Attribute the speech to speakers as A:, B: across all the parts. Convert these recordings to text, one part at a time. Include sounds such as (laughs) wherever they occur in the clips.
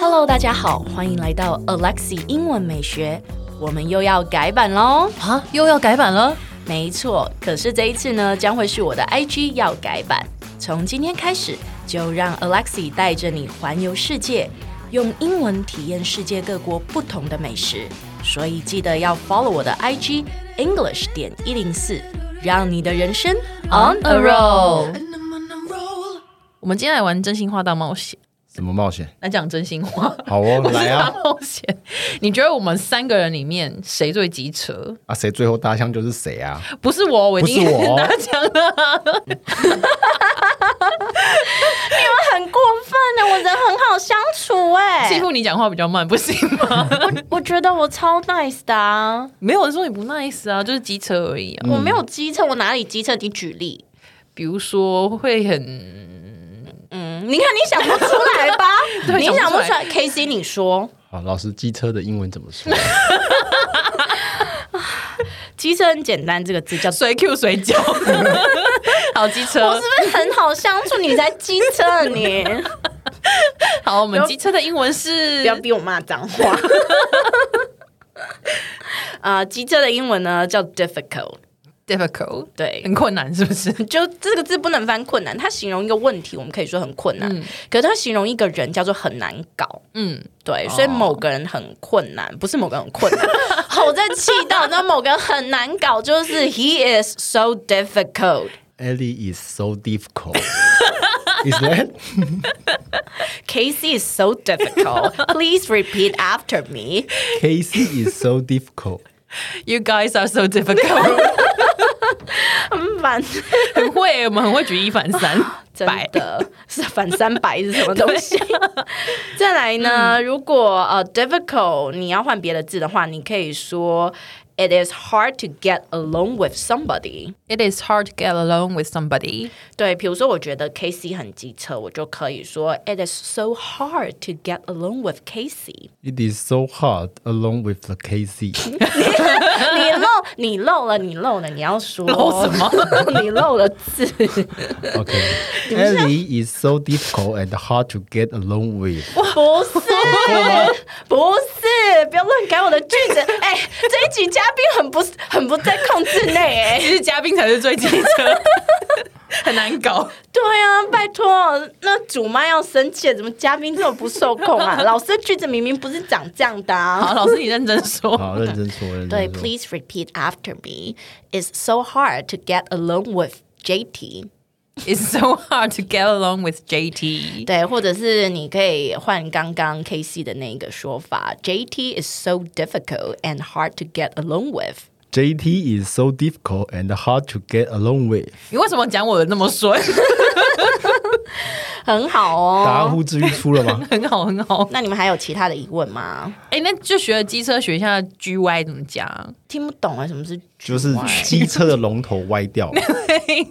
A: Hello，大家好，欢迎来到 Alexi 英文美学，我们又要改版喽。
B: 啊，又要改版了？
A: 没错，可是这一次呢，将会是我的 IG 要改版。从今天开始，就让 Alexi 带着你环游世界，用英文体验世界各国不同的美食。所以记得要 follow 我的 IG English 点一零四，让你的人生 on a roll。
C: And I'm on a roll.
B: 我们今天来玩真心话大冒险，
D: 怎么冒险？
B: 来讲真心话。
D: 好哦，来
B: 大
D: 啊！
B: 冒险，你觉得我们三个人里面谁最机车？
D: 啊，谁最后搭腔就是谁啊！
B: 不是我，我一定
D: 不是我
B: 拿奖 (laughs) 了。
E: 很过分的，我人很好相处哎、
B: 欺负你讲话比较慢，不行吗？
E: 我觉得我超 nice 的啊，
B: (laughs) 没有人说你不 nice 啊，就是机车而已啊。
E: 我没有机车，我哪里机车？你举例，
B: 比如说会很？
E: 嗯，你看你想不出来 (laughs) 吧
B: 对
E: 你
B: 想
E: 想
B: 不
E: 不
B: 出
E: 出
B: 来
E: 来，K C 你说
D: 好，老师，机车的英文怎么说？
E: 机车很简单，这个字叫。
B: 随 Q 随 (laughs) 叫，好机
E: 我
B: 车
E: 是。不是很好相处？你才机车啊你， (laughs)
B: 好，我们机车的英文是
E: 不要逼我骂脏 (laughs) 话。啊，机车的英文呢叫 difficult，
B: difficult，
E: 对，
B: 很困难，是不是？
E: 就这个字不能翻困难，它形容一个问题，我们可以说很困难，可是它形容一个人叫做很难搞。
B: 嗯，
E: 对，所以某个人很困难，不是某个人很困难， (laughs) 我在气到，那某个人很难搞，就是 he is so difficult。
D: Ellie is so difficult. (laughs) Is that?
E: Casey is so difficult. Please repeat after me.
D: Casey is so difficult.
B: (laughs) You guys are so difficult，
E: 很烦，
B: (laughs) 很会，我们很会举一反 (laughs) 三，
E: 真
B: 白
E: 的 (laughs) 是反三百是什么东
B: (laughs)
E: 西？再来呢，
B: 嗯
E: 如果呃、difficult 你要换别的字的话，你可以说 it is hard to get along with somebody。
B: It is hard to get along with somebody。
E: 对，比如说我觉得 Casey 很机车，我就可以说 It is so hard to get along with
B: (laughs)
E: Casey。
D: It is so hard along with the Casey.
E: 你漏，你漏了，你漏了，你要说
B: 漏什
E: 么？ (laughs) 你漏了字。
D: Okay. Ellie is so difficult and hard to get along with.
E: 不 (laughs) 是，不是，不要乱改我的句子。 (laughs) 哎、这一集嘉宾很不很不在控制内哎、
B: 其实嘉宾才是最机车，很难搞。
E: 对啊，拜托，那主妈要生气了，怎么嘉宾这么不受控啊？ (laughs) 老师的句子明明不是长这样的啊。
B: (laughs) 好，老师你认真说。
D: 好，认真说，认
E: 对
D: 真说。
E: ，Please repeat after me. It's so hard to get along with JT。
B: It's so hard to get along with JT。
E: 对，或者是你可以换刚刚 K C 的那个说法，JT is so difficult and hard to get along with。
D: JT is so difficult and hard to get along with.
B: 你为什么讲我的那么顺？ (laughs)
E: 很好
D: 打
E: 哦。
D: 呼之欲出了
B: (laughs)
D: 吗
B: 很好，很好。
E: 那你们还有其他的疑问吗？
B: 哎，那就学了机车，学一下 GY 怎么讲？
E: 听不懂啊，什么是
D: 就是机车的龙头歪掉了。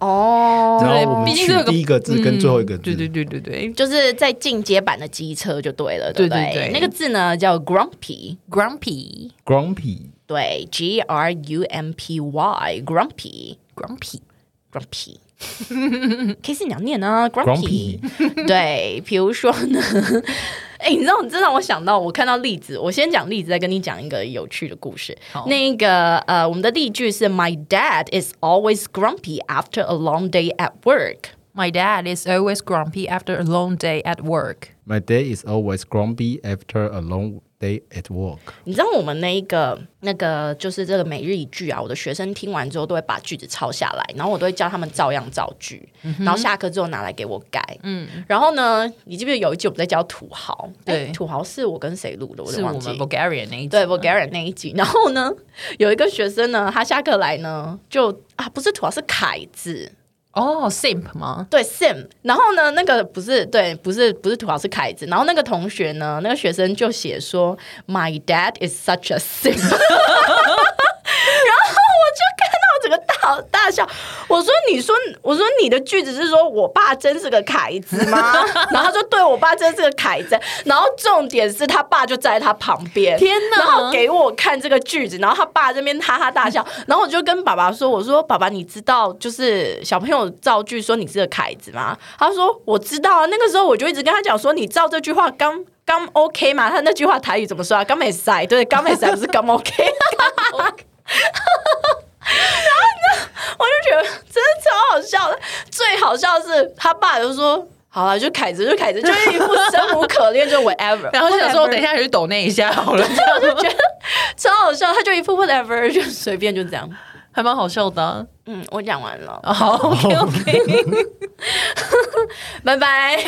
E: 哦？
D: 然后我们
B: 毕竟
D: 取
B: 这个
D: 第一个字跟最后一个字，
B: 对对对对对
E: 就是在进阶版的机车就对了，不
B: 对对对
E: 那个字呢叫 grumpy，
B: ，Grumpy
D: ，grumpy
E: 对，G R U M P Y，grumpy。
B: Grumpy。
E: grumpy。K C 你要念啊
D: grumpy
E: 对，比如说呢， (laughs) 哎、你知道，你真让我想到，我看到例子，我先讲例子，再跟你讲一个有趣的故事
B: 好。
E: 那个呃，我们的例句是 My dad is always grumpy after a long day at work。
B: My dad is always grumpy after a long day at work。
D: My day is always grumpy after a long day at work.
E: 你知道我们那一个那个就是这个每日一句啊，我的学生听完之后都会把句子抄下来，然后我都会教他们照样造句，
B: 嗯
E: 然后下课之后拿来给我改。嗯，然后呢，你记不记得有一集我们在教土豪？哎
B: 对
E: 诶土豪是我跟谁录的？我
B: 是
E: 都
B: 我
E: 忘
B: 们
E: 记。
B: Bulgarian 那一集
E: 对
B: 吗
E: Bulgarian 那一集，然后呢，有一个学生呢，他下课来呢，就啊不是土豪是凯子，
B: 哦，simp 吗？
E: 对 Sam，然后呢，那个不是对，不是不是土豪是凯子，然后那个同学呢，那个学生就写说，My dad is such a Sam，然后我就看到我整个大大笑，我说你说我说你的句子是说我爸真是个凯子吗？ (laughs) 然后他说对我爸真是个凯子，然后重点是他爸就在他旁边，
B: 天哪
E: 然后给我看这个句子，然后他爸这边哈哈大笑，然后我就跟爸爸说：“我说爸爸，你知道就是小朋友造句说你是个凯子吗？”他说：“我知道啊。”那个时候我就一直跟他讲说：“你造这句话刚刚 OK 嘛？他那句话台语怎么说啊？刚没塞，对，刚没塞不是刚 OK。我就觉得真的超好笑的。最好笑的是他爸就说：“好了，就凯子，就凯子，就一副生无可恋，就
A: (laughs)
E: whatever。”
B: 然后就想说，我等一下去抖那一下好了，这样
E: 觉得超好笑，他就一副 whatever，就随便就这样。
B: (laughs) 还蛮好笑的啊、
E: 嗯，我讲完了，
B: (laughs)
A: 哦
B: 好，OK OK，
E: 拜拜。
A: (laughs)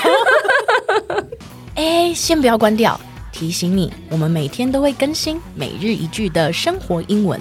A: 哎，先不要关掉，提醒你，我们每天都会更新每日一句的生活英文，